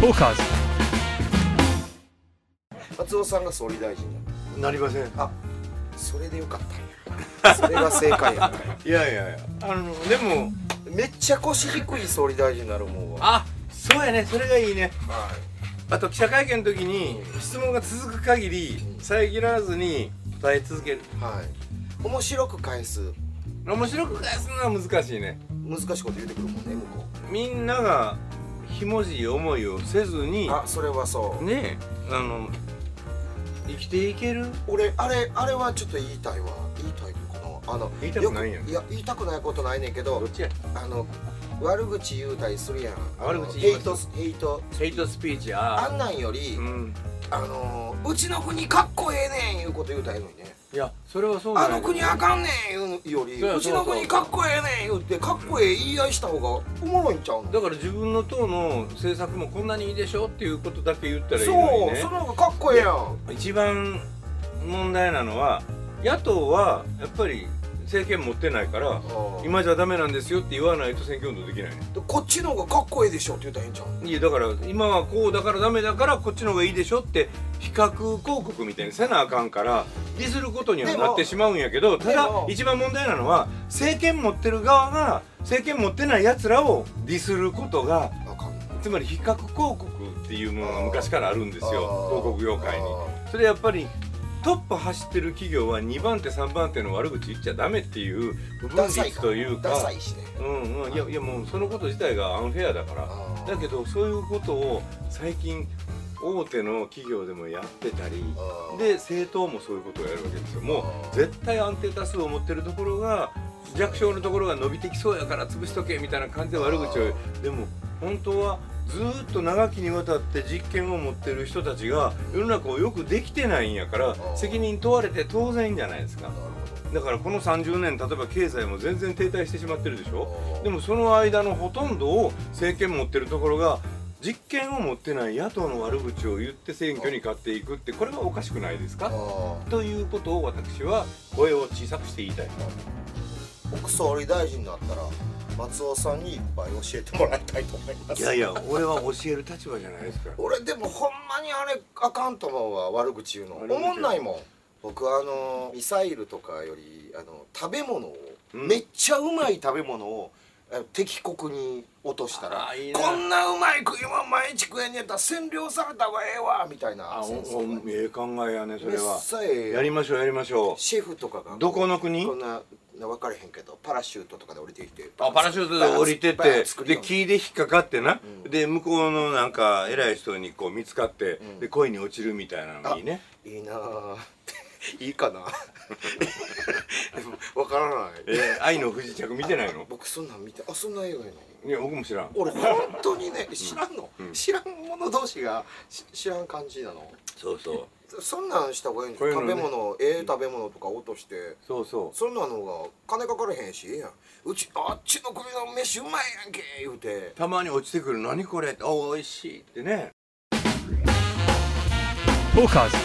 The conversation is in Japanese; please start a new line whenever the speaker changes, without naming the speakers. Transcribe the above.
トーカーズ
松尾さんが総理大臣だ
なりませんい
あそれでよかったそれが正解やった
やいやいやあのでも
めっちゃ腰低い総理大臣になるもんは
あそうやねそれがいいね
は
あと記者会見の時に質問が続く限り遮らずに答え続ける
い、はい、面白く返す
面白く返すのは難しいね
難しいこと言うてくるもんね向こ
みんながひもじい思いをせずに
うあそれはそう、
ねえあの生きていける
俺あれあれはちょっと言いたいわ言いたいのかなあの
言いたくないんや
よくいや言いたくないことないねんけど
ちや
あの悪口言うたりするやんあの
悪口
ヘ
言
イ
い
ト
ます
ヘイト
ヘイトスピーチ
あ
や
んなんより、
うん
あのーうちの国かっこええねんいうこと言うたらええのにね
いやそれはそう
あ
よ
の国あかんねん言うより
そうや
うちの
そうそう
国かっこええねん言うてかっこええ言い合いした方がおもろいんちゃうの
だから自分の党の政策もこんなにいいでしょっていうことだけ言ったらいいのに
そう
ね
その方がかっこええやん
一番問題なのは野党はやっぱり政権持ってないから
うん
今じゃダメなんですよって言わないと選挙運動できないね
でこっちの方がかっこええでしょって言うたらええんちゃうの
いやだから今はこうだからダメだからこっちの方がいいでしょって比較広告みたいにせなあかんからディスることには
でも
なってしまうんやけどた
で
だ
も
一番問題なのは政権持ってる側が政権持ってないやつらをディスることが
あかんで
つまり比較広告っていうものが昔からあるんですよ広告業界にそれやっぱりトップ走ってる企業は2番手3番手の悪口言っちゃダメっていう部分
ダサい
率
か
というか
ダサいしね
うんうんいやいやもうそのこと自体がアンフェアだから
あー
だけどそういうことを最近大手の企業でもやってたり
あー
で政党もそういうことをやるわけですよも
あー
う絶対安定多数を持ってるところが弱小のところが伸びてきそうやから潰しとけみたいな感じで悪口を言うでも本当はずーっと長きにわたって実権を持ってる人たちが世の中をよくできてないんやから
ー
責任問われて当然じゃないです
な
か
る
だからこの30年例えば経済も全然停滞してしまってるでしょ
ほど
でもその間のほとんどを政権持ってるところが実権を持ってない野党の悪口を言って選挙に勝っていくってこれはおかしくないです
あ
か
ー
ということを私は声を小さくして言いたい
僕総理大臣になったら松尾さんにいっぱい教えてもらいたいと思います
いや俺は教える立場じゃないですから
俺でもほんまにあれあかんと思うわ悪口言うの
悪口言う
思んないもん僕あのミサイルとかよりあの食べ物を、
うん
めっちゃうまい食べ物をあの敵国に落としたら
あーいいな
こんなうまい食い物毎日食えんねやったら占領された方がええわみたいな
あお
戦争
おええ考えやねそ
め
れ
っ
は
さええ
やりましょうやりましょ
シェフとかが
どこの国
こんなな分かれへんけどパラシュートとかで降りてきて
うあパラシュートで降りて
バー
て
ン作るよ
で
うな
木で引っかかってな、で向こうのなんか偉い人にこう見つかって、で恋に落ちるみたいなのにね
いいなあ いいかな わからない
えー愛の不時着見てないの
僕そんなん見てあそんな映画やない
いや僕も知らん
俺本当にね知らんの、知らん者同士がし知らん感じなの
そうそう
そんなんした方がいいんじゃ
こ
ん
ういう
食べ
のね
物ええ食べ物とか落として
そうそう
そんなのが金かからへんしええやんうちあっちの国の飯うまいやんけ言うて
たまに落ちてくる「何これあ美味しい」ってね
トーカーズ